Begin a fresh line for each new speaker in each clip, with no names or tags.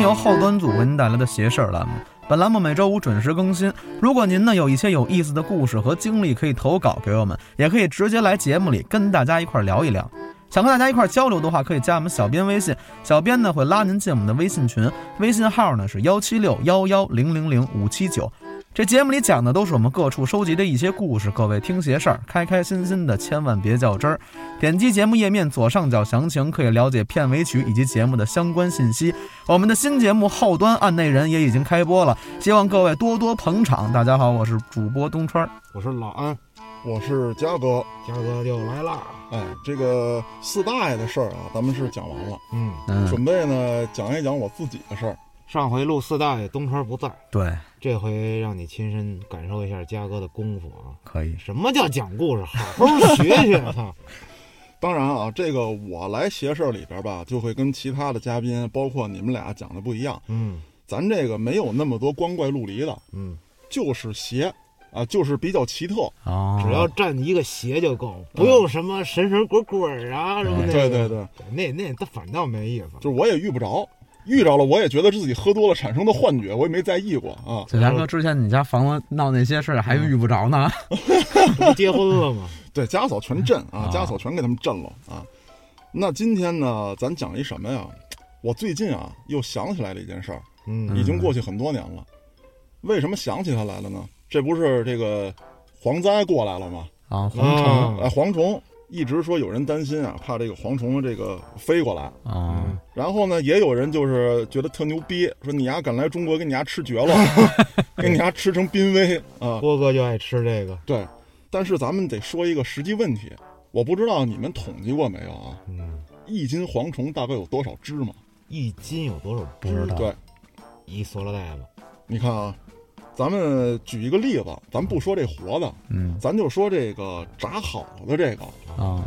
由后端组为您带来的邪事儿栏目。本栏目每周五准时更新。如果您呢有一些有意思的故事和经历，可以投稿给我们，也可以直接来节目里跟大家一块儿聊一聊。想和大家一块儿交流的话，可以加我们小编微信，小编呢会拉您进我们的微信群，微信号呢是幺七六幺幺零零零五七九。这节目里讲的都是我们各处收集的一些故事，各位听邪事儿，开开心心的，千万别较真儿。点击节目页面左上角详情，可以了解片尾曲以及节目的相关信息。我们的新节目《后端案内人》也已经开播了，希望各位多多捧场。大家好，我是主播东川儿。
我是老安，
我是嘉哥，
嘉哥又来啦。
哎，这个四大爷的事儿啊，咱们是讲完了，
嗯，
嗯，
准备呢讲一讲我自己的事儿。
上回录四大爷东川不在，
对，
这回让你亲身感受一下嘉哥的功夫啊！
可以。
什么叫讲故事？好好学学，操！
当然啊，这个我来邪事儿里边吧，就会跟其他的嘉宾，包括你们俩讲的不一样。
嗯
咱这个没有那么多光怪陆离的，
嗯，
就是邪啊，就是比较奇特。
哦，
只要占一个邪就够，不用什么神神鬼鬼啊什么的。
对对，对，
那那他反倒没意思。
就是我也遇不着，遇着了我也觉得自己喝多了产生的幻觉，我也没在意过啊。
这大哥之前你家房子闹那些事儿还遇不着呢。
这不结婚了吗？
对，家嫂全震
啊，
啊家嫂全给他们震了啊。那今天呢，咱讲一什么呀？我最近啊又想起来了一件事儿，
嗯
已经过去很多年了。为什么想起他来了呢？这不是这个蝗灾过来了吗？
啊，蝗虫
啊
哎，蝗虫一直说有人担心啊，怕这个蝗虫这个飞过来。
啊，
然后呢，也有人就是觉得特牛逼，说你丫敢来中国，给你丫吃绝了，给你丫吃成濒危啊！
郭哥就爱吃这个。
对，但是咱们得说一个实际问题，我不知道你们统计过没有啊？
嗯，
一斤蝗虫大概有多少只吗？
一斤有多少
不知
只？
道
对，
一塑料袋子。
你看啊，咱们举一个例子，咱不说这活的，
嗯
咱就说这个炸好了的这个，
啊，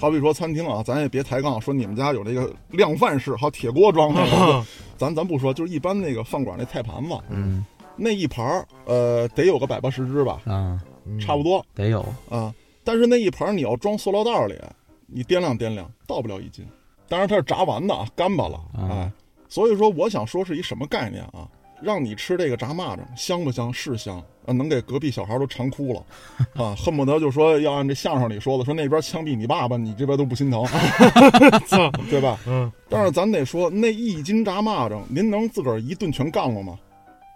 好比说餐厅啊，咱也别抬杠，说你们家有这个量饭式，还有铁锅装 的，
嗯
咱咱不说，就是一般那个饭馆那菜盘子，
嗯
那一盘儿，呃，得有个百八十只吧，
啊，
差不多
得有
啊。但是那一盘儿你要装塑料袋儿里，你掂量掂量，到不了一斤。当然它是炸完的啊，干巴了，
啊
哎，所以说我想说是一什么概念啊？让你吃这个炸蚂蚱，香不香？是香啊，能给隔壁小孩都馋哭 了，啊，恨不得就说要按这相声里说的，说那边枪毙你爸爸，你这边都不心 疼，
操，
对吧？
嗯，
但是咱得说，那一斤炸蚂蚱，您能自个儿一顿全干了吗？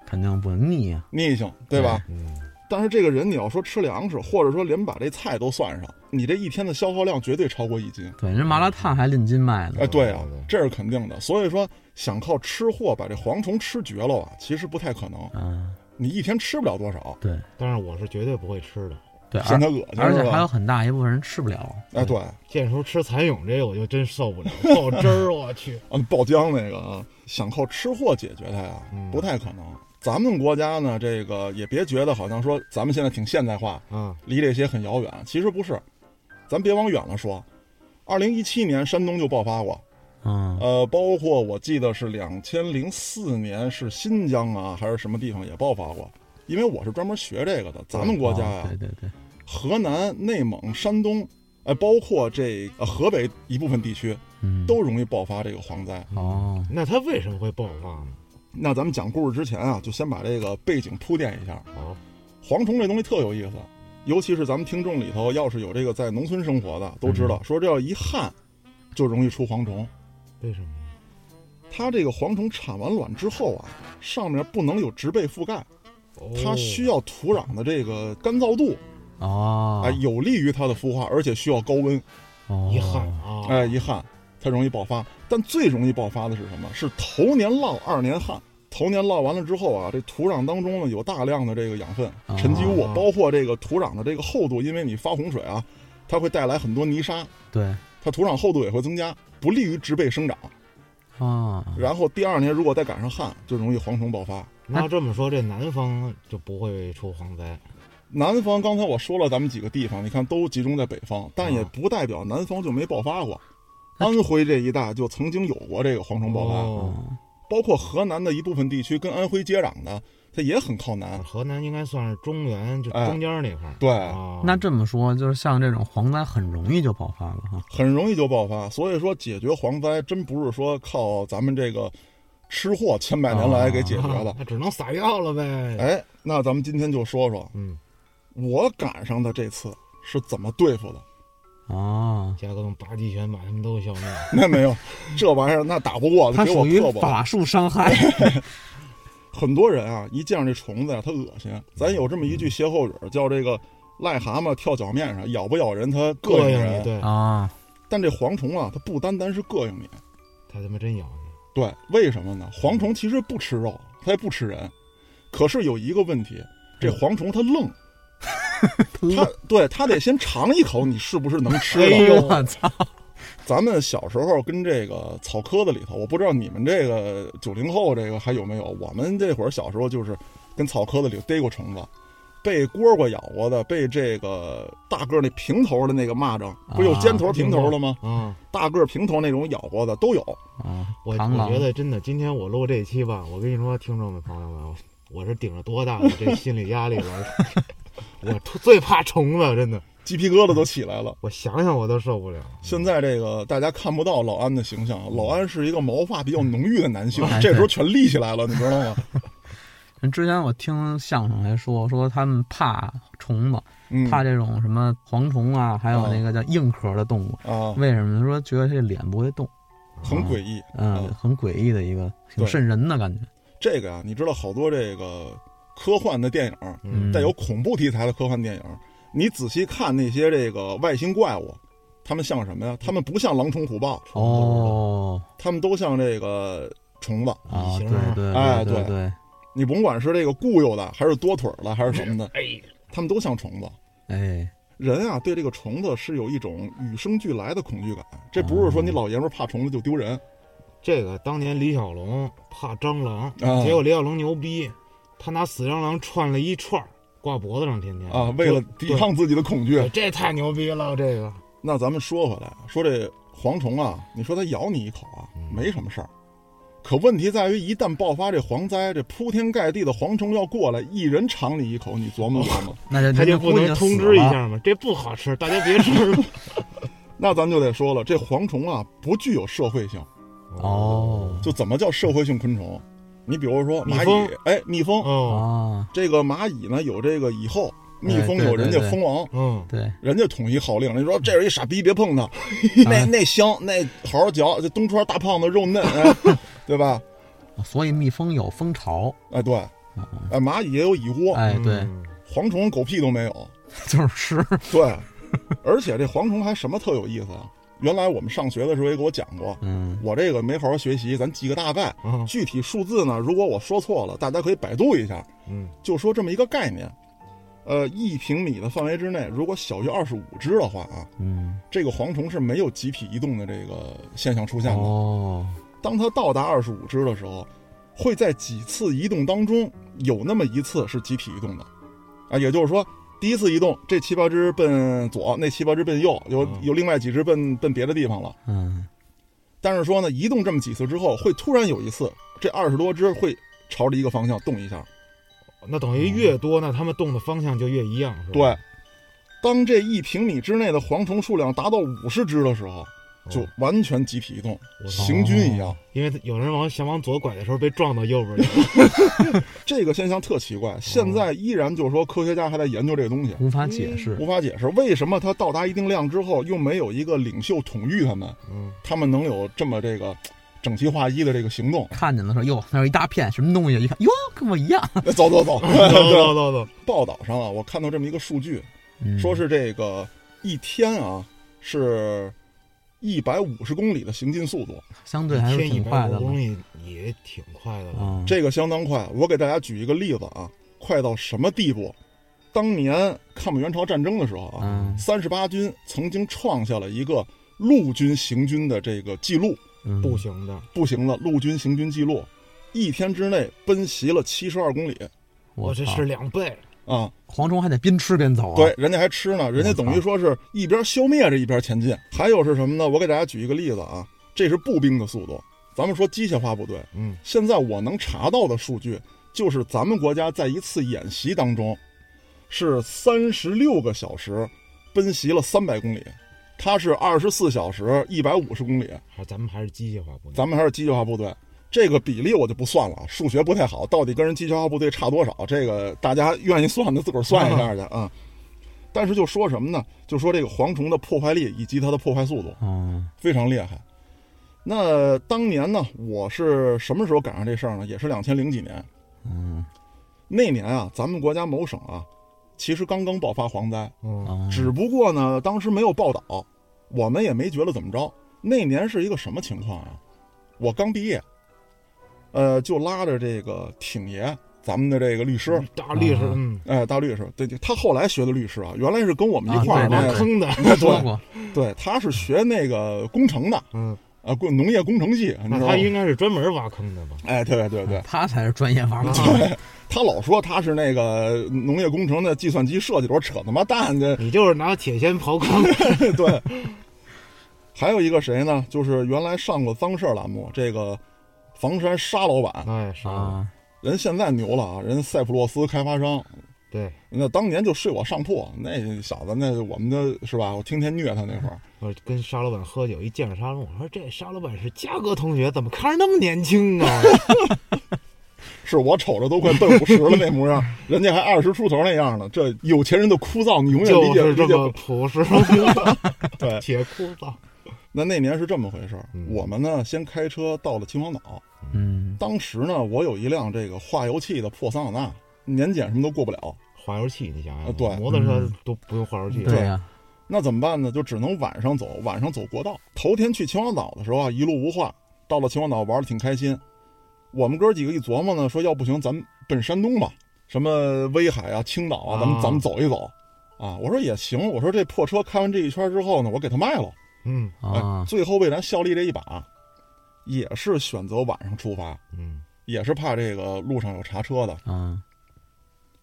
肯定不腻啊呀。
腻性，对吧？
嗯，
但是这个人你要说吃粮食，或者说连把这菜都算上，你这一天的消耗量绝对超过一斤。
对，人麻辣烫还论斤卖呢
哎，。对啊
对
嗯
对，
这是肯定的。所以说，想靠吃货把这蝗虫吃绝了啊，其实不太可能。
啊，
你一天吃不了多少，
对
但是我是绝对不会吃的。
对，
嫌
而
它恶心
而
是
且还有
吧？
很大一部分人吃不了。
哎，对，
见时候吃蚕蛹这个我就真受不了，爆汁儿，我 去。
啊，爆浆那个啊，想靠吃货解决它呀
嗯，
不太可能。咱们国家呢，这个也别觉得好像说咱们现在挺现代化，
啊，
离这些很遥远。其实不是，咱别往远了说，二零一七年山东就爆发过，
嗯
呃，包括我记得是两千零四年是新疆啊，还是什么地方也爆发过。因为我是专门学这个的，咱们国家呀、
哦对对对，
河南、内蒙、山东，哎，包括这、呃、河北一部分地区
嗯，
都容易爆发这个蝗灾。
哦，
那它为什么会爆发呢？
那咱们讲故事之前啊，就先把这个背景铺垫一下。
哦，
蝗虫这东西特有意思，尤其是咱们听众里头，要是有这个在农村生活的，都知道，
嗯
说这要一旱，就容易出蝗虫。
为什么？
它这个蝗虫产完卵之后啊，上面不能有植被覆盖，它需
要
要土壤的这个干燥度
哦
啊、，有利于它的孵化，而且需要高温，
哦
遗憾啊，
哎、一旱它容易爆发。但最容易爆发的是什么？是头年涝，二年旱。头年涝完了之后啊，这土壤当中呢有大量的这个养分、沉积物
哦，
包括这个土壤的这个厚度，因为你发洪水啊，它会带来很多泥沙，
对
它土壤厚度也会增加，不利于植被生长。
啊，
然后第二年如果再赶上旱，就容易蝗虫爆发。
那要这么说，这南方就不会出蝗灾。
南方刚才我说了，咱们几个地方，你看都集中在北方，但也
啊
不代表南方就没爆发过。
啊那
安徽这一带就曾经有过这个蝗虫爆发，嗯
哦，
哦
包括河南的一部分地区跟安徽接壤的，它也很靠南。
哦
河南应该算是中原，就中间那块儿。
哎对，
啊，
那这么说，就是像这种蝗灾很容易就爆发了哈。
很容易就爆发。所以说，解决蝗灾真不是说靠咱们这个吃货千百年来给解决
啊
的。
那只能撒药了呗。
哎，那咱们今天就说说
嗯，
我赶上的这次是怎么对付的。
哦，
加个用八极拳把他们都消灭了。
那没有，这玩意儿那打不过，
它
就给我
属于
刻薄。
法术伤 害。
很多人啊，一见上这虫子呀、他恶心。咱有这么一句歇后语儿，叫这个癞蛤蟆跳脚面上，咬不咬人它膈
膈
应
应你，
人。
对
啊，
但这蝗虫啊，它不单单是膈应你，
他他妈真咬你。啊
对，为什么呢？蝗虫其实不吃肉，它也不吃人，可是有一个问题，这
嗯
蝗虫 它愣，它对它得先尝一口，你是不是能吃
哎
了？
呦
我操！
咱们小时候跟这个草壳子里头，我不知道你们这个九零后这个还有没有？我们这会儿小时候就是跟草壳子里逮过虫子，被蝈蝈咬过的，被这个大个儿那平头的那个蚂蚱，
啊
不有尖头平头的吗？
啊，
大个儿平头那种咬过的都有。
啊，
我
螳
我
螂
觉得真的，今天我录这一期吧，我跟你说，听众们朋友们，我我是顶着多大的这心理压力了。我最怕虫子，真的，
鸡皮疙瘩都起来
嗯
了。
我想想我都受不了。
现在这个大家看不到老安的形象，老安是一个毛发比较浓郁的男性
哎，
这时候全立起来了，你知道吗？
人之前我听相声还说说他们怕虫子，
嗯
怕这种什么蝗虫啊，还有那个叫硬壳的动物。
哦
啊，
为什么？他说觉得这脸不会动，
很诡异。
嗯，
哦
啊
很诡异的一个，挺
对
瘆人的感觉。
这个呀、啊你知道好多这个科幻的电影，
嗯，
带有恐怖题材的科幻电影，你仔细看那些这个外星怪物，他们像什么呀？他们不像狼虫虎豹，
哦
他们都像这个虫子。
啊，对
蚁形
对对
啊
哎
对
对
对，
你甭管是这个固有的，还是多腿儿的，还是什么的，
哎呀，
他们都像虫子。
哎，
人啊，对这个虫子是有一种与生俱来的恐惧感，这不是说你
哦
老爷们儿怕虫子就丢人。
这个当年李小龙怕蟑螂，
啊
结果李小龙牛逼，他拿死蟑螂串了一串儿挂脖子上，天天
啊，为了
对
抵抗自己的恐惧
对。这太牛逼了，这个
那咱们说回来，啊说这蝗虫啊，你说它咬你一口啊，
嗯
没什么事儿。可问题在于，一旦爆发这蝗灾，这铺天盖地的蝗虫要过来，一人尝你一口，你琢磨 琢磨。
那就
他就不能通
那估计
知一？
就死了
下吗？这不好吃，大家别吃了。
那咱们就得说了，这蝗虫啊，不具有社会性。
哦
就怎么叫社会性昆虫？你比如说
蜜
蚂
蜂
蚁，哎，蜜蜂，
哦，
啊，
这个蚂蚁呢有这个蚁后，蜜蜂
哎对
有人家
对对
蜂王。
嗯，
对，
人家统一号令，人家说这是一傻逼，别碰 他，那那香，那好好嚼，这东川大胖子肉嫩， 哎对吧？
所以蜜蜂有蜂巢，
哎，对，哎，蚂蚁也有蚁窝，
啊哎，对，
嗯
蝗虫狗屁都没有，
就是吃，
对，而且这蝗虫还什么特有意思啊？原来我们上学的时候也给我讲过，
嗯，
我这个没好好学习，咱记个大概，
嗯
具体数字呢，如果我说错了，大家可以百度一下，
嗯，
就说这么一个概念。呃，一平米的范围之内，如果小于二十五只的话啊，
嗯，
这个蝗虫是没有集体移动的这个现象出现的。
哦，
当它到达二十五只的时候，会在几次移动当中有那么一次是集体移动的，啊，也就是说，第一次移动这七八只奔左，那七八只奔右，有
嗯
有另外几只奔奔别的地方了。
嗯，
但是说呢，移动这么几次之后，会突然有一次，这二十多只会朝着一个方向动一下。
那等于越多，那他们动的方向就越一样，是吧？
哦对，当这一平米之内的蝗虫数量达到五十只的时候，就完全集体移动，
嗯我操
行军一样。
因为有人往想往左拐的时候被撞到右边去了。
这个现象特奇怪，现在
嗯
依然就是说科学家还在研究这个东西。
无法解释，。
无法解释为什么它到达一定量之后，又没有一个领袖统御他们，
嗯，
他们能有这么这个整齐划一的这个行动
看见了说哟，那有一大片什么东西，一看哟，跟我一样，
走走走，
走走走走，
报道上啊，我看到这么一个数据，
嗯
说是这个一天啊是一百五十公里的行进速度，
相对还是
天一
挺快
百
的了
五公，里也挺快的了。
嗯，
这个相当快。我给大家举一个例子啊，快到什么地步？当年抗美援朝战争的时候啊，
嗯
三十八军曾经创下了一个陆军行军的这个记录。
嗯
步行的，
步行的陆军行军记录，一天之内奔袭了七十二公里
我
这
操
是两倍。
啊！
蝗虫还得边吃边走啊，
对，，人家还吃呢，人家等于说是一边消灭着一边前进。还有是什么呢？我给大家举一个例子啊，这是步兵的速度。咱们说机械化部队，
嗯，
现在我能查到的数据就是咱们国家在一次演习当中，是三十六个小时奔袭了三百公里，它是二十四小时一百五十公里。
还咱们还是机械化部队。
咱们还是机械化部队。这个比例我就不算了，数学不太好，到底跟人机械化部队差多少？这个大家愿意算的自个儿算一下去啊、嗯但是就说什么呢？就说这个蝗虫的破坏力以及它的破坏速度
哦，
非常厉害。那当年呢，我是什么时候赶上这事儿呢？也是两千零几年。
嗯，
那年啊，咱们国家某省啊，其实刚刚爆发蝗灾，
嗯
哦
只不过呢，当时没有报道，我们也没觉得怎么着。那年是一个什么情况啊？我刚毕业，呃，就拉着这个挺爷，咱们的这个律师，
大力士，
啊
嗯，
哎，大律师，对，对他后来学的律师啊，原来是跟我们
啊
一块儿
对
挖
那个，
坑的，
说过，
对，他是学那个工程的，
嗯，
啊，工农业工程系，你
那
知道
他
吗？
应该是专门挖坑的吧？
哎，对对对，
他才是专业玩
啊
家。
他老说他是那个农业工程的计算机设计，我说扯他妈蛋的，
你就是拿铁锨刨 坑，
对，还有一个谁呢？就是原来上过脏事儿栏目这个房山沙老板，
哎，是啊，
啊，
人现在牛了啊，人塞浦路斯开发商，
对，
那当年就睡我上铺，那小子那我们的是吧？我天天虐他那会儿，
我跟沙老板喝酒，一见着沙老板，我说这沙老板是嘉哥同学，怎么看着那么年轻啊？
是我瞅着都快奔五 十了那模样，人家还二十出头那样呢。这有钱人的枯燥，你永远理
就
解
是
理
这
解
么
不。
朴实
对，
且枯燥。
那那年是这么回事儿，
嗯
我们呢先开车到了秦皇岛，
嗯，
当时呢我有一辆这个化油器的破桑塔纳，年检什么都过不了。
化油器，你想想
啊，对
摩托车都不用化油器，
对呀，
那怎么办呢？就只能晚上走，晚上走国道。头天去秦皇岛的时候啊，一路无话，到了秦皇岛玩的挺开心。我们哥几个一琢磨呢，说要不行，咱们奔山东吧，什么威海啊、青岛啊，咱们
啊
咱们走一走。啊，我说也行，我说这破车开完这一圈之后呢，我给它卖了。
嗯
哎
啊，，最
最后为咱效力这一把，也是选择晚上出发，
嗯，
也是怕这个路上有查车的。
啊，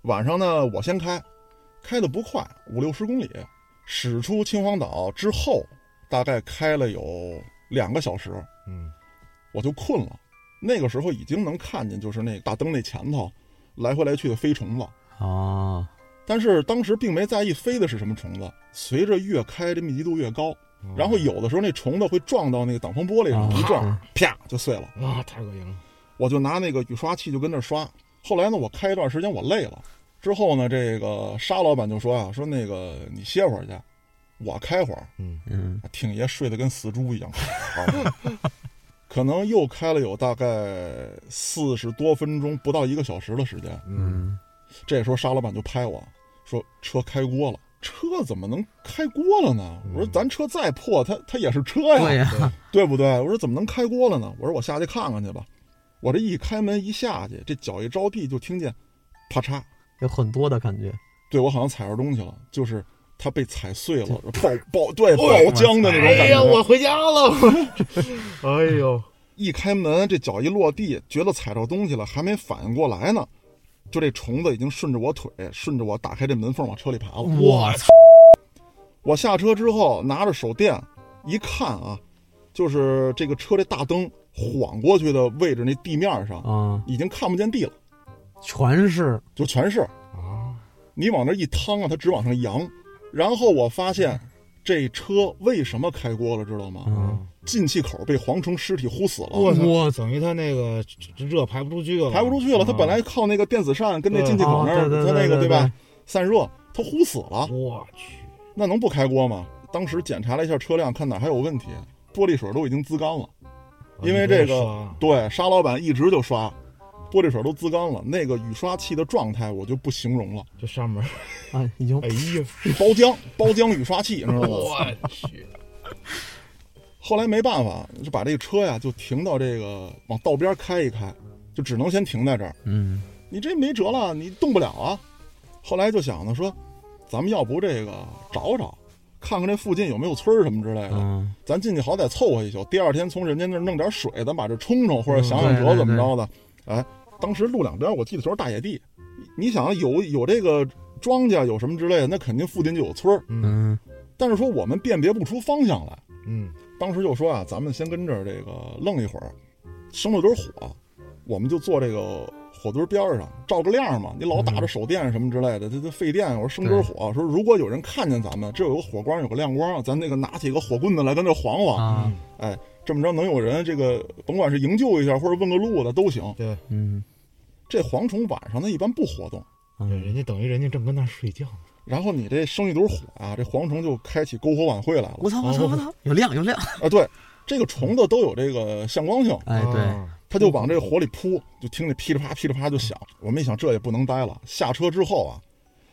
晚上呢，我先开，开的不快，五六十公里，驶出秦皇岛之后，大概开了有两个小时，
嗯，
我就困了。那个时候已经能看见，就是那大灯那前头来回来去的飞虫子，
哦，
但是当时并没在意飞的是什么虫子。随着越开，这密集度越高，
嗯
然后有的时候那虫子会撞到那个挡风玻璃上，
啊
一撞，啪就碎了。
啊，太恶心了，
我就拿那个雨刷器就跟那儿刷。后来呢，我开一段时间我累了，之后呢，这个沙老板就说啊，说那个你歇会儿去，我开会儿。
嗯，
嗯，挺
挺爷睡得跟死猪一样， 可能又开了有大概四十多分钟，不到一个小时的时间。
嗯，
嗯，
这时候沙老板就拍我说：“车开锅了。”车怎么能开锅了呢？我说咱车再破，它它也是车呀。
对呀，
对不对？我说怎么能开锅了呢？我说我下去看看去吧。我这一开门一下去，这脚一着地就听见啪嚓，
有很多的感觉，
对我好像踩着东西了，就是它被踩碎了，爆爆对爆浆的那种
哎
感
呀，
觉。
我回家了， 哎呦，
一开门，这脚一落地，觉得踩着东西了，还没反应过来呢，就这虫子已经顺着我腿，顺着我打开这门缝往车里爬了。
我操，
我下车之后拿着手电一看啊，就是这个车这大灯晃过去的位置，那地面上
啊，
已经看不见地了，
全是，
就全是。
啊，
你往那一趟啊，它只往上扬。然后我发现这车为什么开锅了，知道吗？
嗯，哦
进气口被蝗虫尸体呼死了，
我操
我
等于他那个热排不出去了，
排不出去了。它
啊
本来靠那个电子扇跟那进气口那
哦
儿，
对对
它那
对对
个
对
吧？散热，它呼死了，
我去，
那能不开锅吗？当时检查了一下车辆，看哪还有问题，玻璃水都已经滋干了。因为这个
啊
对，沙老板一直就刷，玻璃水都滋干了。那个雨刷器的状态我就不形容了，
这上面，
啊，已经
哎呀，
包浆，包浆雨刷器，你知道吗？
我去，
后来没办法，就把这个车呀就停到这个往道边开一开，就只能先停在这儿。
嗯，
你这没辙了，你动不了啊。后来就想呢，说咱们要不这个找找，看看这附近有没有村儿什么之类的，
嗯，
咱进去好歹凑合一宿。第二天从人家那儿弄点水，咱把这冲冲，或者想想
嗯对
辙怎么
对
着的。哎，当时路两边我记得全是大野地，你你想啊有有这个庄稼有什么之类的，那肯定附近就有村儿。
嗯
嗯，
但是说我们辨别不出方向来。
嗯，
当时就说啊，咱们先跟这儿这个愣一会儿，生了堆火，我们就坐这个火堆边儿上照个亮嘛，你老打着手电什么之类的，这这费电。我说生根火，说如果有人看见咱们，这有个火光，有个亮光，咱那个拿起个火棍子来跟这晃晃，
啊，
哎，这么着能有人这个甭管是营救一下或者问个路的都行。
对，
嗯，
这蝗虫晚上它一般不活动，
对
嗯
人家等于人家正跟那儿睡觉呢，
然后你这生一堆火啊，这蝗虫就开启篝火晚会来了
我操我操我操，有亮有亮，
啊。对，这个虫子都有这个向光性，
哎对，
啊
它就往这个火里扑，就听那噼里啪噼里啪就响。我们一想这也不能待了，下车之后啊，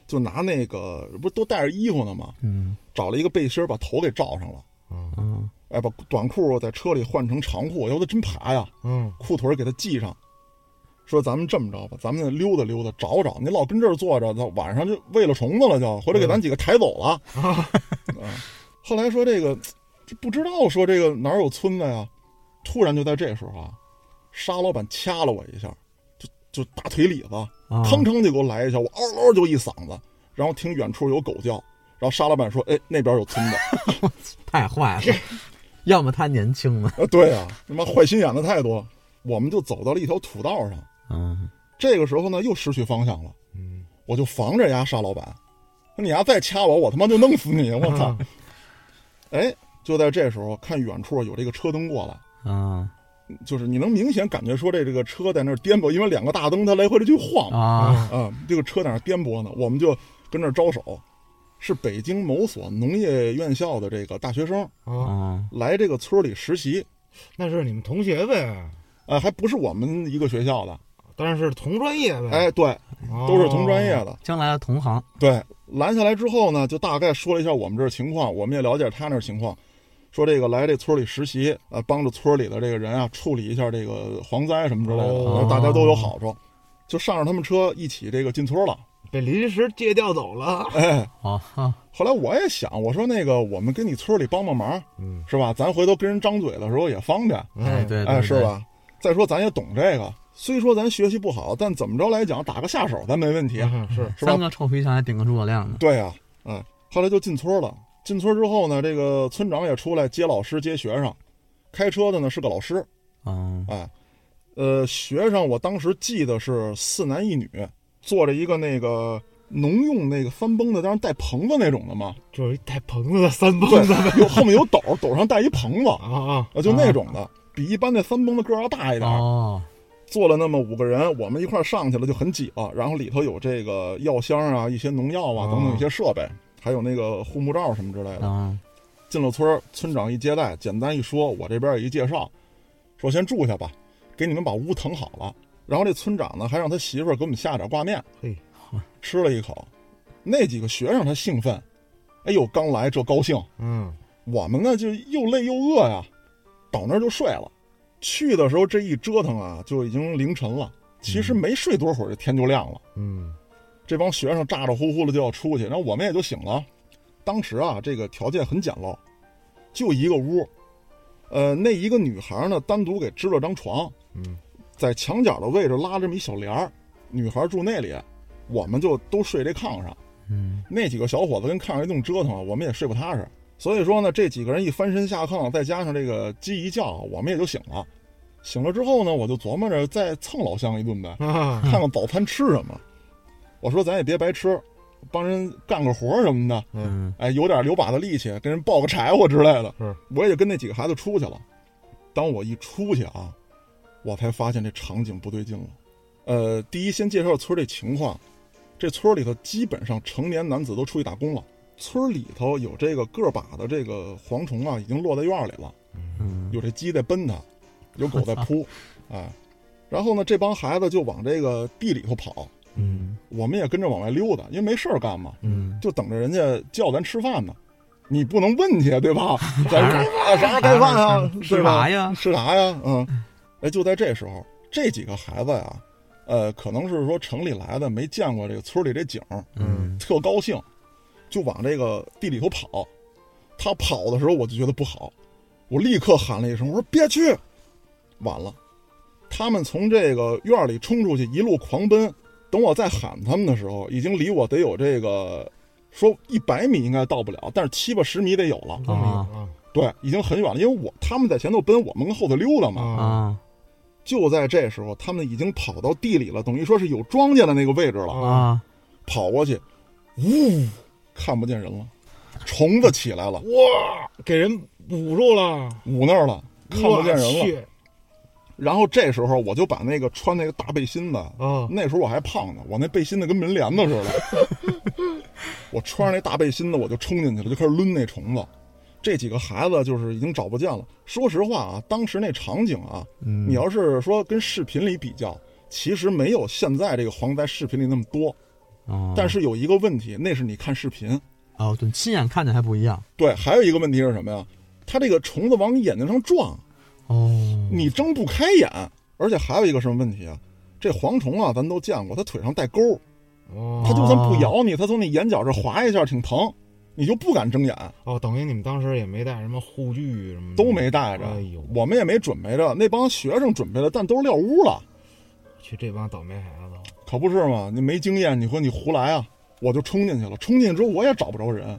就拿那个不是都带着衣服呢吗？
嗯
找了一个背心儿把头给罩上了，
嗯
嗯
哎，把短裤在车里换成长裤，哎要不它真爬呀，
嗯，
裤腿儿给它系上。说咱们这么着吧，咱们溜达溜达，找找。你老跟这儿坐着，那晚上就喂了虫子了就，回来给咱几个抬走了。啊，后来说这个，这不知道说这个哪儿有村子呀？突然就在这时候啊，沙老板掐了我一下，就就大腿里子，
啊，
吭吭就给我来一下，我嗷嗷就一嗓子，然后听远处有狗叫，然后沙老板说：“哎，那边有村子。
太坏了，要么他年轻呢，”
啊，对啊，他妈坏心眼子太多。我们就走到了一条土道上，
嗯
这个时候呢又失去方向了，
嗯，
我就防着呀沙老板，说你要再掐我，我他妈就弄死你！我
嗯
操！哎，就在这时候，看远处有这个车灯过来。
啊
就是你能明显感觉说这这个车在那儿颠簸，因为两个大灯它来回的去晃啊、
啊，
这个车在那儿颠簸呢，我们就跟那儿招手。是北京某所农业院校的这个大学生
啊，
嗯
来这个村里实习，
那是你们同学呗，
呃，还不是我们一个学校的，
当然是同专业呗，
哎，对，
哦，
都是同专业的。
将来的同行，
对，拦下来之后呢，就大概说了一下我们这儿情况，我们也了解他那儿情况，说这个来这村里实习，呃，帮助村里的这个人啊处理一下这个蝗灾什么之类的，
哦
大家都有好处，就上着他们车一起这个进村了。
被临时借调走了，
哎，
哦哈，
后来我也想，我说那个我们跟你村里帮帮忙，
嗯，
是吧？咱回头跟人张嘴的时候也方便，
哎对，
哎，
对
是？吧？再说咱也懂这个，虽说咱学习不好，但怎么着来讲，打个下手咱没问题，啊
嗯是
对
是吧
三？个臭皮匠还顶个诸葛亮呢，
对呀、啊，哎，后来就进村了。进村之后呢，这个村长也出来接老师接学生，开车的呢是个老师，
嗯
哎，呃，学生我当时记得是四男一女，坐着一个那个农用那个翻绷的，当然带棚子那种的嘛，
就是一带棚子的三蹦
对
子，
有后面有斗，斗上带一棚子，
啊啊，
啊，就那种的，比一般那三蹦的个儿要大一点儿。
哦
坐了那么五个人，我们一块儿上去了，就很挤了。然后里头有这个药箱啊、一些农药啊
哦
等等一些设备，还有那个护目罩什么之类的。
嗯
进了村儿，村长一接待，简单一说，我这边有一介绍，说先住下吧，给你们把屋腾好了。然后这村长呢，还让他媳妇儿给我们下点挂面，
嘿，
吃了一口。那几个学生他兴奋，哎呦，刚来这高兴。
嗯，
我们呢就又累又饿呀，倒那儿就睡了。去的时候这一折腾啊，就已经凌晨了。其实没睡多会儿，天就亮了。
嗯，
这帮学生咋咋呼呼的就要出去，然后我们也就醒了。当时啊，这个条件很简陋，就一个屋。呃，那一个女孩呢，单独给支了张床，
嗯，
在墙角的位置拉这么一小帘儿，女孩住那里，我们就都睡这炕上。
嗯
那几个小伙子跟炕上一顿折腾啊，我们也睡不踏实。所以说呢，这几个人一翻身下炕，再加上这个鸡一叫，我们也就醒了。醒了之后呢，我就琢磨着再蹭老乡一顿呗，
啊，
看看早餐吃什么。我说咱也别白吃，帮人干个活什么的，
嗯
哎，有点留把子力气，跟人抱个柴火之类的。
是，
我也就跟那几个孩子出去了。当我一出去啊，我才发现这场景不对劲了。呃，第一，先介绍村里情况。这村里头基本上成年男子都出去打工了，村里头有这个个把的这个蝗虫啊，已经落在院里了，
嗯
有这鸡在奔它，有狗在扑，哎，然后呢，这帮孩子就往这个地里头跑，
嗯
我们也跟着往外溜达，因为没事儿干嘛。
嗯，
就等着人家叫咱吃饭呢。你不能问去，对吧？咱说
哎
啥该饭啊？
吃
对吧
啥？呀？
吃啥呀？嗯，哎，就在这时候，这几个孩子呀，呃，可能是说城里来的，没见过这个村里这景儿，
嗯
特高兴，就往这个地里头跑。他跑的时候，我就觉得不好，我立刻喊了一声：“我说别去！”晚了，他们从这个院里冲出去，一路狂奔。等我再喊他们的时候，已经离我得有这个，说一百米应该到不了，但是七八十米得有了。
都没有啊
嗯
对，已经很远了，因为我他们在前头奔，我们跟后头溜达嘛。
啊，
啊
就在这时候，他们已经跑到地里了，等于说是有庄稼的那个位置了，
啊，
跑过去，呜，看不见人了，虫子起来了，
哇，给人捂住了，
捂那儿了，看不见人
我
了。
去
然后这时候我就把那个穿那个大背心的，
啊
那时候我还胖呢，我那背心的跟门帘子似的， 我穿上那大背心的，我就冲进去了，就开始抡那虫子。这几个孩子就是已经找不见了。说实话啊，当时那场景啊，
嗯
你要是说跟视频里比较，其实没有现在这个蝗灾视频里那么多。
啊
哦
但是有一个问题，那是你看视频。
哦，对，亲眼看见还不一样
对，还有一个问题是什么呀？它这个虫子往你眼睛上撞，
哦，
你睁不开眼。而且还有一个什么问题啊？这蝗虫啊，咱都见过，它腿上带钩，它
哦
就算不咬你，它从你眼角这划一下，挺疼，你就不敢睁眼，
哦，等于你们当时也没带什么护具什么的
都没带着
哎呦，
我们也没准备着，那帮学生准备了，但都撂屋了。
去这帮倒霉孩子，
可不是嘛，你没经验，你说你胡来啊！我就冲进去了，冲进去之后我也找不着人，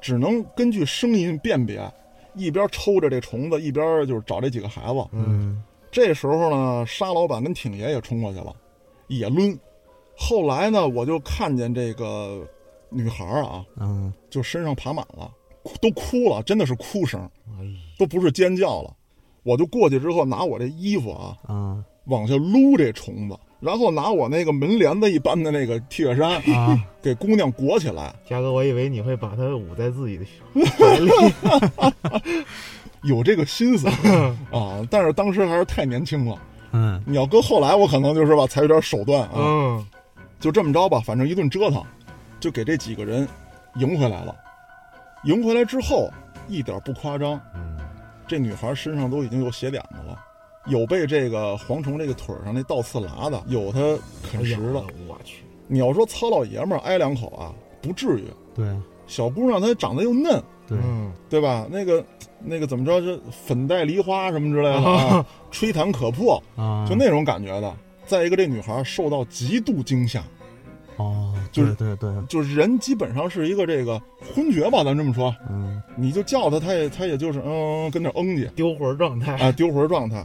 只能根据声音辨别，一边抽着这虫子，一边就是找这几个孩子。
嗯
这时候呢，沙老板跟挺爷也冲过去了，也抡。后来呢，我就看见这个女孩啊，
嗯
就身上爬满了，哭都哭了，真的是哭声，
哎呀，
都不是尖叫了。我就过去之后，拿我这衣服啊，
啊
往下撸这虫子，然后拿我那个门帘子一般的那个 T 恤衫
啊
给姑娘裹起来。
嘉哥，我以为你会把它捂在自己的怀里，
有这个心思 啊，但是当时还是太年轻了。
嗯
你要搁后来，我可能就是吧，才有点手段啊。
嗯，
就这么着吧，反正一顿折腾，就给这几个人赢回来了。赢回来之后，一点不夸张，
嗯
这女孩身上都已经有血点子了，有被这个蝗虫这个腿上那倒刺剌的，有她啃食的。，
我去，
你要说糙老爷们儿挨两口啊，不至于。
对
小姑娘她长得又嫩，
对
嗯
对吧？那个那个怎么着，这粉黛梨花什么之类的啊，吹弹可破，
啊，
嗯就那种感觉的。再一个，这女孩受到极度惊吓，
哦，
就
对对
是
对，
就是人基本上是一个这个昏厥吧，咱这么说，
嗯
你就叫她，她也她也就是嗯跟那儿嗯去
丢魂状态，
啊，丢魂状态。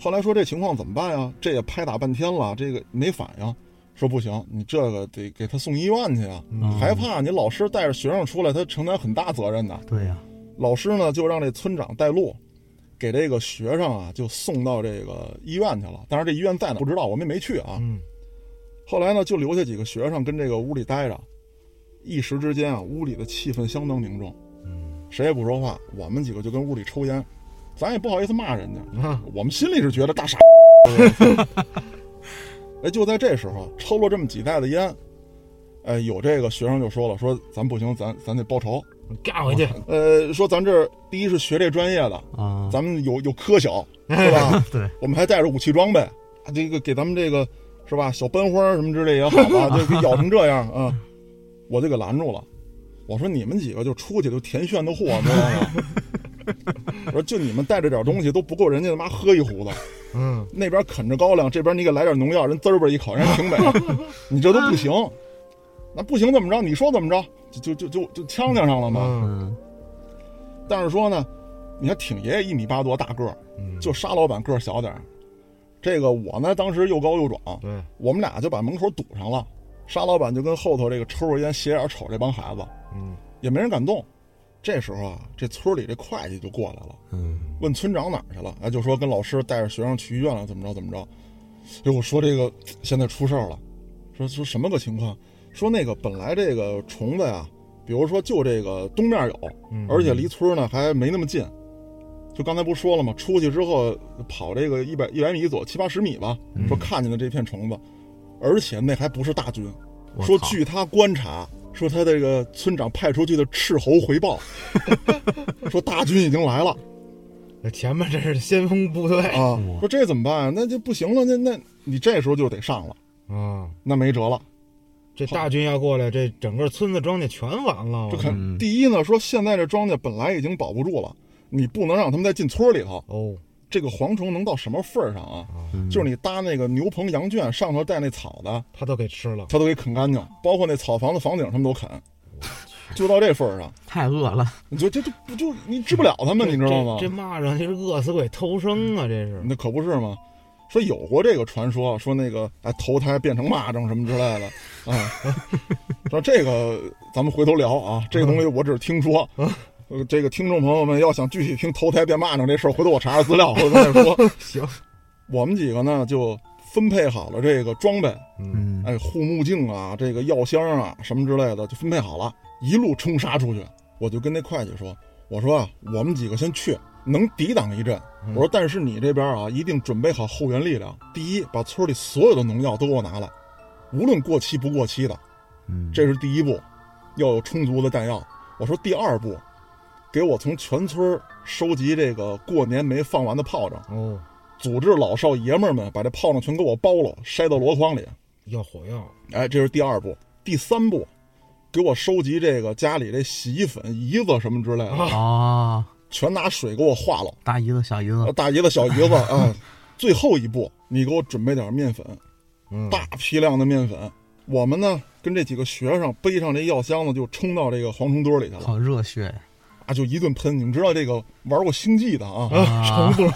后来说这情况怎么办呀？这也拍打半天了，这个没反应，说不行，你这个得给她送医院去啊，
嗯
还怕你老师带着学生出来，他承担很大责任的。
对呀
老师呢就让这村长带路，给这个学生啊就送到这个医院去了。当然这医院在哪不知道，我们也没去啊。
嗯，
后来呢就留下几个学生跟这个屋里待着，一时之间啊屋里的气氛相当凝重，
嗯
谁也不说话，我们几个就跟屋里抽烟，咱也不好意思骂人家，
啊，
我们心里是觉得大傻。哎，就在这时候抽了这么几袋子烟，哎，有这个学生就说了，说咱不行，咱咱得报仇。
你干回去，
呃，说咱这儿第一是学这专业的，
啊，
咱们有有科小，对吧？
对，
我们还带着武器装备，啊，这个给咱们这个是吧？小班花什么之类也好吧，就给咬成这样啊！我就给拦住了，我说你们几个就出去就填炫的货，知道吗？我说就你们带着点东西都不够人家他妈喝一壶的，
嗯，
那边啃着高粱，这边你给来点农药，人滋儿吧一口，人家挺美，你这都不行，那不行怎么着？你说怎么着？就就就就就呛呛上了嘛。
嗯
嗯
但是说呢，你看挺爷爷一米八多大个儿，
嗯，
就沙老板个儿小点儿。这个我呢，当时又高又壮，
对，
我们俩就把门口堵上了。沙老板就跟后头这个抽着烟、斜眼瞅这帮孩子，
嗯
也没人敢动。这时候啊，这村里这会计就过来了，
嗯
问村长哪儿去了，哎，就说跟老师带着学生去医院了，怎么着怎么着。哎，我说这个现在出事儿了，说说什么个情况？说那个本来这个虫子呀，比如说就这个东面有，
嗯，
而且离村儿呢还没那么近。就刚才不是说了吗？出去之后跑这个一百一百米左七八十米吧，
嗯
说看见的这片虫子，而且那还不是大军。
我
说
操
据他观察，说他这个村长派出去的斥候回报， 说大军已经来了
这前面这是先锋部队
啊
哇！
说这怎么办、啊？那就不行了，那那你这时候就得上了，
啊，
那没辙了。
这大军要过来，这整个村子庄稼全完了，
这
嗯
我
肯第一呢，说现在这庄稼本来已经保不住了，你不能让他们再进村里头。
哦，
这个蝗虫能到什么份儿上啊？
嗯
就是你搭那个牛棚羊圈，上头带那草的，
他都给吃了，
它都给啃干净，包括那草房子房顶他们都啃，就到这份儿上，
太饿了，
你就这这不就你治不了他们，你知道吗
这？这蚂蚱这是饿死鬼偷生啊，这是，
那可不是吗？说有过这个传说，说那个哎投胎变成蚂蚱什么之类的啊。说这个咱们回头聊啊，这个东西我只是听 说。呃，这个听众朋友们要想具体听投胎变蚂蚱这事儿，回头我查查资料，回头再说。
行，
我们几个呢就分配好了这个装备，
嗯，
嗯，
哎，护目镜啊，这个药箱啊，什么之类的，就分配好了，一路冲杀出去。我就跟那会计说：“我说啊，我们几个先去，能抵挡一阵。
嗯
我说，但是你这边啊，一定准备好后援力量。第一，把村里所有的农药都给我拿来，无论过期不过期的，
嗯
这是第一步，要有充足的弹药。我说第二步，给我从全村儿收集这个过年没放完的炮仗，
哦，
组织老少爷们儿们把这炮仗全给我包了，筛到箩筐里。
要火药，
哎，这是第二步。第三步，给我收集这个家里这洗衣粉、胰子什么之类的，
啊，
全拿水给我化了。
大姨子小姨
啊
子，
大姨子、小姨子啊，最后一步，你给我准备点面粉，
嗯，
大批量的面粉。我们呢，跟这几个学生背上这药箱子，就冲到这个蝗虫堆里去了
好热血呀
啊，就一顿喷。你们知道这个玩过星际的啊，
啊！
不了，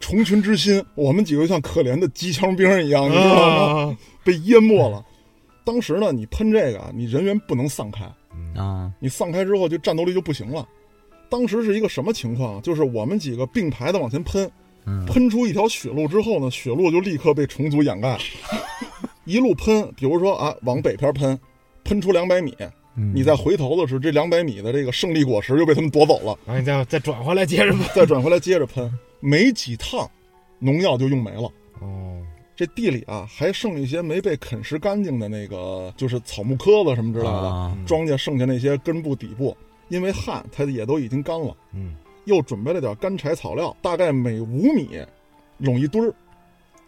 虫群之心，我们几个就像可怜的机枪兵一样，你知道吗？
啊，
被淹没了。当时呢，你喷这个啊，你人员不能散开，
啊，
你散开之后就战斗力就不行了。当时是一个什么情况啊？就是我们几个并排的往前喷，
嗯
喷出一条血路之后呢，血路就立刻被虫族 掩盖，一路喷，比如说啊，往北边喷，喷出两百米，
嗯
你再回头的时候，这两百米的这个胜利果实又被他们夺走了，
然后你再再转回来接着吧，
再转回来接着喷，没几趟，农药就用没了。
哦，
这地里啊，还剩一些没被啃食干净的那个，就是草木稞子什么之类的，
啊
庄稼剩下那些根部、底部，因为旱，它也都已经干了。
嗯，
又准备了点干柴草料，大概每五米拢一堆儿，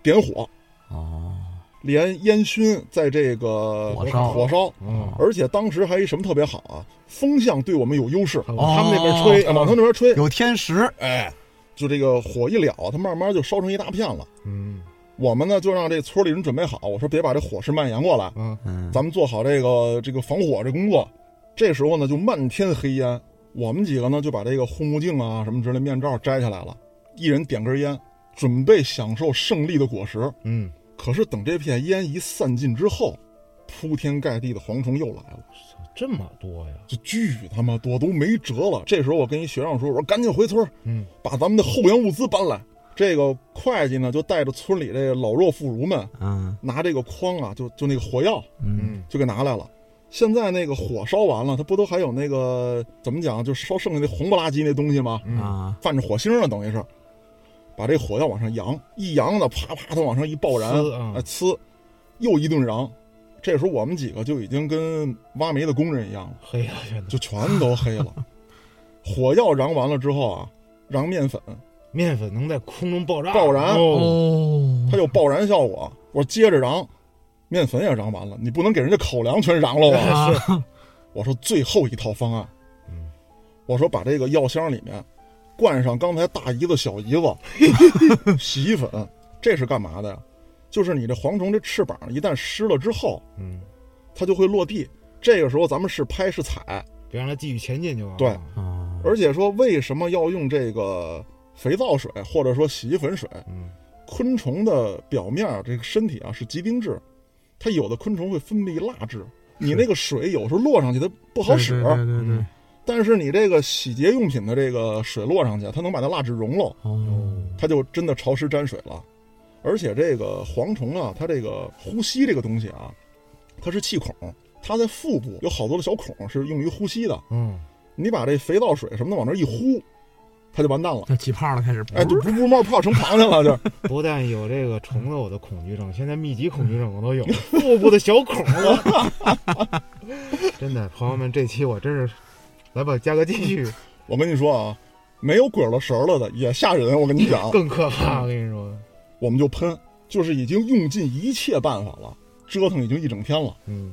点火，
哦，
连烟熏在这个
火烧嗯
火烧。
哦，
而且当时还有一什么特别好啊，风向对我们有优势，
哦
他们那边吹，哎往他那边吹，
有天时，
哎，就这个火一燎，它慢慢就烧成一大片了。
嗯，
我们呢就让这村里人准备好，我说别把这火势蔓延过来，
啊，
嗯，
咱们做好这个这个防火这工作。这时候呢，就漫天黑烟，我们几个呢就把这个护目镜啊什么之类面罩摘下来了，一人点根烟，准备享受胜利的果实。
嗯，
可是等这片烟一散尽之后，铺天盖地的蝗虫又来了，
这么多呀，
就巨他妈多，都没辙了。这时候我跟一学长说：“我说赶紧回村，
嗯，
把咱们的后援物资搬来。”这个会计呢就带着村里这个老弱妇孺们
嗯
拿这个筐啊，就就那个火药，
嗯
嗯，
就给拿来了。现在那个火烧完了，它不都还有那个怎么讲，就烧剩下那红不拉几那东西吗？
嗯，
啊，
泛着火星呢，等于是，把这火药往上扬，一扬呢，啪啪，它往上一爆燃，
呲啊
哎，呲，又一顿燃。这时候我们几个就已经跟挖煤的工人一样了，
黑呀，天哪，
就全都黑了。火药燃完了之后啊，燃面粉，
面粉能在空中爆炸，
爆燃
哦，
哦
它有爆燃效果。我说接着燃，面粉也燃完了，你不能给人家口粮全燃了吧？
啊，
我说最后一套方案，
嗯
我说把这个药箱里面灌上刚才大姨子、小姨 子洗衣粉，这是干嘛的呀？就是你这蝗虫这翅膀一旦湿了之后，
嗯，
它就会落地。这个时候咱们是拍是踩，
别让它继续前进就完了，
对
哦
而且说为什么要用这个肥皂水或者说洗衣粉水？
嗯，
昆虫的表面儿这个身体啊是极丁质，它有的昆虫会分泌蜡质，你那个水有时候落上去它不好使。啊
对对对对对
嗯，
但是你这个洗洁用品的这个水落上去，它能把那蜡质溶了，
哦，
它就真的潮湿沾水了。而且这个蝗虫啊，它这个呼吸这个东西啊，它是气孔，它在腹部有好多的小孔是用于呼吸的。
嗯，
你把这肥皂水什么的往那儿一呼，它就完蛋了。
这起泡了，开始，
哎，就不不冒泡成螃蟹了，就
不但有这个虫子我的恐惧症，现在密集恐惧症我 都有，腹部的小孔了。真的，朋友们，这期我真是，来吧，加个继续，
我跟你说啊，没有鬼了神了的也吓人。我跟你 讲，
更可怕。我跟你说，
我们就喷，就是已经用尽一切办法了，折腾已经一整天了。
嗯，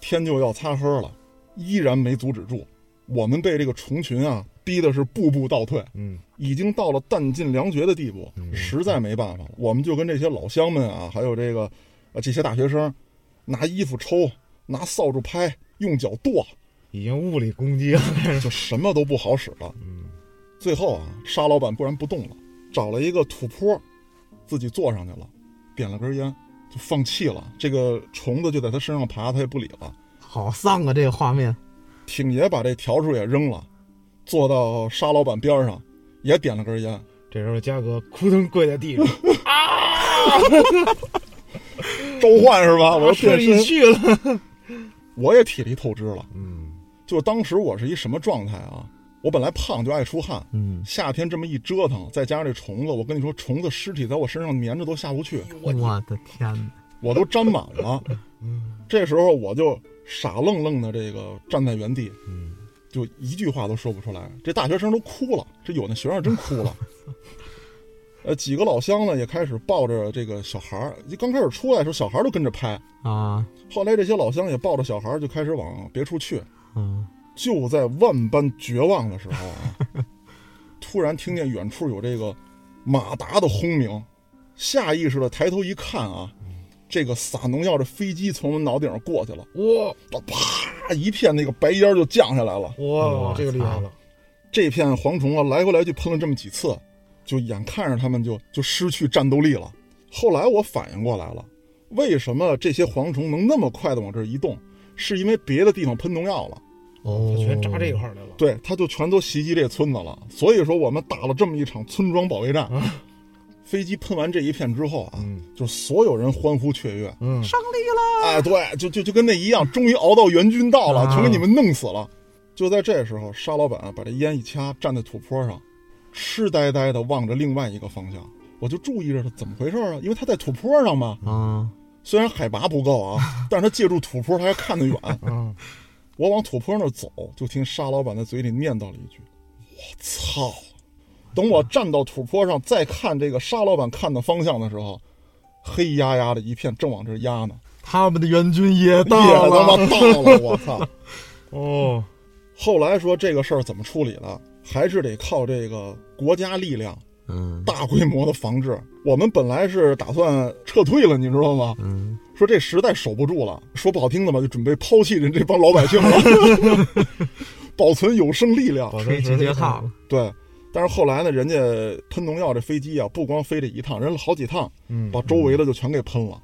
天就要擦黑了，依然没阻止住。我们被这个虫群啊逼的是步步倒退，
嗯，
已经到了弹尽粮绝的地步，
嗯
实在没办法了。我们就跟这些老乡们啊，还有这个呃这些大学生，拿衣服抽，拿扫帚拍，用脚 跺，
已经物理攻击了。
就什么都不好使了。
嗯
最后啊，沙老板不然不动了，找了一个土坡，自己坐上去了，点了根烟，就放弃了。这个虫子就在他身上爬，他也不理了。
好丧啊！这个画面，
挺爷把这笤帚也扔了，坐到沙老板边上，也点了根烟。
这时候嘉哥扑腾跪在地上，
召唤是吧？我 要
这
变
一
身，
去了，
我也体力透支了。
嗯
就当时我是一什么状态啊？我本来胖就爱出汗，
嗯，
夏天这么一折腾，再加上这虫子，我跟你说，虫子尸体在我身上粘着都下不去，
我的天哪，
我都沾满了。这时候我就傻愣愣的这个站在原地，
嗯
就一句话都说不出来。这大学生都哭了，这有那学生真哭了。呃，几个老乡呢也开始抱着这个小孩儿，一刚开始出来的时候，小孩儿都跟着拍，
啊
后来这些老乡也抱着小孩儿就开始往别处去。
嗯，
就在万般绝望的时候啊，突然听见远处有这个马达的轰鸣，下意识的抬头一看啊，这个撒农药的飞机从我脑顶上过去了，
哇
啪，一片那个白烟就降下来了。
哇，
我
这个厉害了，
这片蝗虫啊，来回来去喷了这么几次，就眼看着它们就就失去战斗力了。后来我反应过来了，为什么这些蝗虫能那么快的往这儿移动？是因为别的地方喷农药了，
哦，全扎这块儿来了，
对，它就全都袭击这村子了。所以说，我们打了这么一场村庄保卫战。飞机喷完这一片之后啊，
啊嗯
就所有人欢呼雀跃，
嗯，
哎，对，就就就跟那一样，终于熬到援军到了，
啊
全给你们弄死了。就在这时候，沙老板把这烟一掐，站在土坡上，痴呆呆地望着另外一个方向。我就注意着他怎么回事啊，因为他在土坡上嘛，
啊
虽然海拔 不够啊，但是他借助土坡，他还看得远。
啊，
我往土坡那儿走，就听沙老板在嘴里念叨了一句：“我操！”等我站到土坡上再看这个沙老板看的方向的时候，黑压压的一片，正往这儿压呢，
他们的援军也
也
到
他妈
了，
到了！我操！
哦，
后来说这个事儿怎么处理的，还是得靠这个国家力量
嗯
大规模的防治。我们本来是打算撤退了，你知道吗？
嗯，
说这实在守不住了，说不好听的吧，就准备抛弃人这帮老百姓了， 保存有生力量。
嗯
吹集结号了，
对，但是后来呢，人家喷农药这飞机啊，不光飞这一趟，人好几趟，
嗯，
把周围的就全给喷了。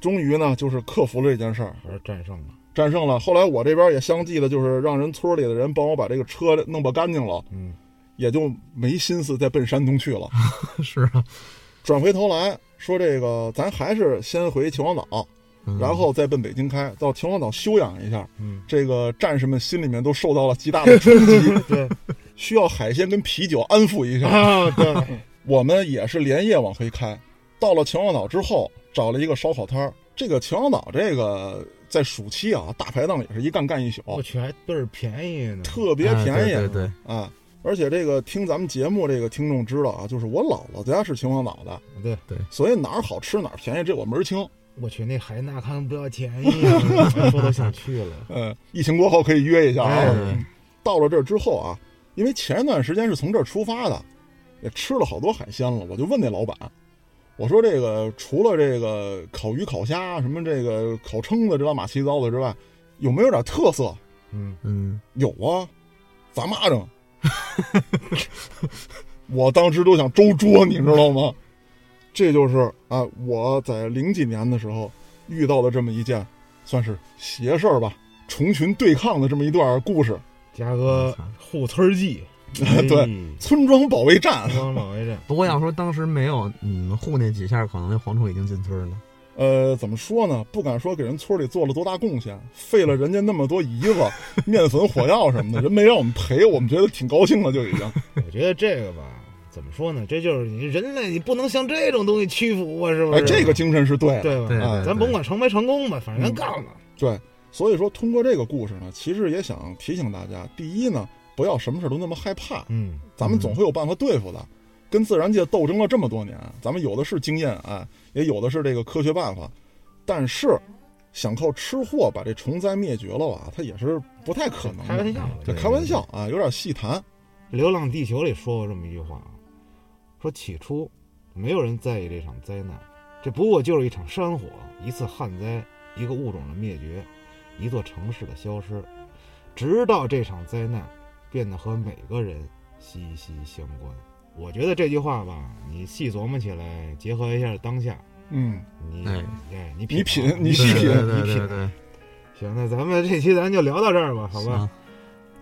终于呢，就是克服了这件事儿，
还是战胜了，
战胜了。后来我这边也相继的，就是让人村里的人帮我把这个车弄把干净了，
嗯，
也就没心思再奔山东去了。
是啊，
转回头来说，这个咱还是先回秦皇岛，
嗯
然后再奔北京开，到秦皇岛休养一下。
嗯，
这个战士们心里面都受到了极大的冲击，
对
需要海鲜跟啤酒安抚一 下。
啊，对，
我们也是连夜往回开，到了秦皇岛之后，找了一个烧烤摊儿。这个秦皇岛这个在暑期啊，大排档也是一干干一宿，
我去，还倍儿便宜呢，
特别便宜
哎对对对，
啊。而且这个听咱们节目这个听众知道啊，就是我姥姥家是秦皇岛的，
啊对，
所以哪儿好吃哪儿便宜，这我门儿清。
我去，那海纳康不要便宜啊，说都想去了，
嗯，疫情过后可以约一下啊。
哎
嗯到了这儿之后啊，因为前一段时间是从这儿出发的，也吃了好多海鲜了，我就问那老板，我说这个除了这个烤鱼、烤虾、什么这个烤蛏子这乱码七糟的之外，有没有点特色？
嗯，
嗯，
有啊，咱蚂蚱。 我当时都想周桌，你知道吗？这就是啊，我在零几年的时候遇到的这么一件，算是邪事儿吧，虫群对抗的这么一段故事，
嘉哥护村计， 对，
村庄保卫战。
帮老爷这，
不过要说当时没有你们护那几下，可能那蝗虫已经进村了。
呃，怎么说呢？不敢说给人村里做了多大贡献，费了人家那么多姨子、面粉、火药什么的，人没让我们赔，我们觉得挺高兴的就已经。
我觉得这个吧，怎么说呢？这就是你人类，你不能像这种东西屈服啊，是不
哎，
是？
这个精神是对的。
对吧？
对
哎
对，
咱甭管成没成功吧，反正咱干了。
对，所以说通过这个故事呢，其实也想提醒大家：第一呢，不要什么事都那么害怕，
嗯，
咱们总会有办法对付的。跟自然界斗争了这么多年，咱们有的是经验啊，也有的是这个科学办法，但是想靠吃货把这虫灾灭绝了啊，它也是不太可
嗯
能
开玩
的。
笑，
这开玩笑啊，有点细谈。
《流浪地球》里说过这么一句话啊，说起初没有人在意这场灾难，这不过就是一场山火，一次旱灾，一个物种的灭绝，一座城市的消失，直到这场灾难变得和每个人息息相关。我觉得这句话吧，你你细琢磨起来，结合一下当下，
嗯，
你
哎
哎，你
你品
品尝
你
对
细品
对对
你
对
品。
对，
行，那咱们这期咱就聊到这儿吧，好吧？
行，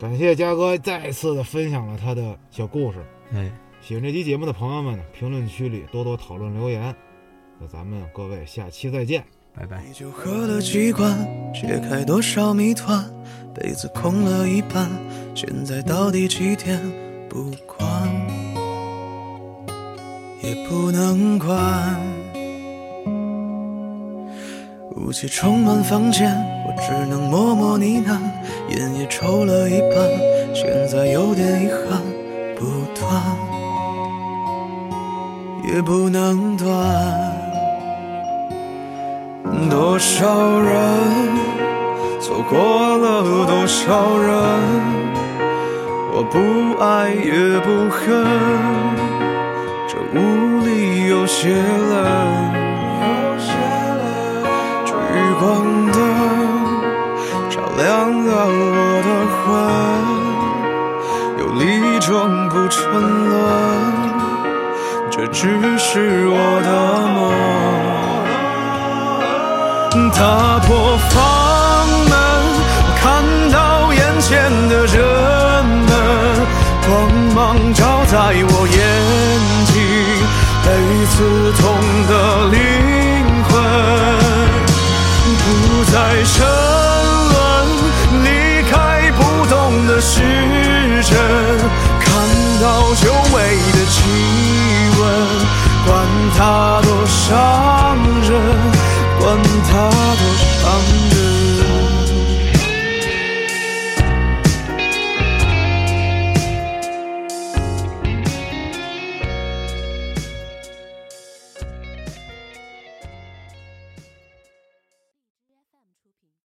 感谢嘉哥再次的分享了他的小故事。
哎，
喜欢这期节目的朋友们呢，评论区里多多讨论留言。那咱们各位下期再见。
拜拜。
啤酒喝了几罐，解开多少谜团，杯子空了一半，现在到底几点？不管，也不能管。雾气充满房间，我只能默默呢喃，烟也抽了一半，现在有点遗憾，不断，也不能断。多少人错过了多少人，我不爱也不恨，这无力有些冷。聚光灯照亮了我的魂，有理装不沉沦，这只是我的梦。打破房门，看到眼前的人们，光芒照在我眼睛，被刺痛的灵魂不再沉沦，离开不动的时针，看到就。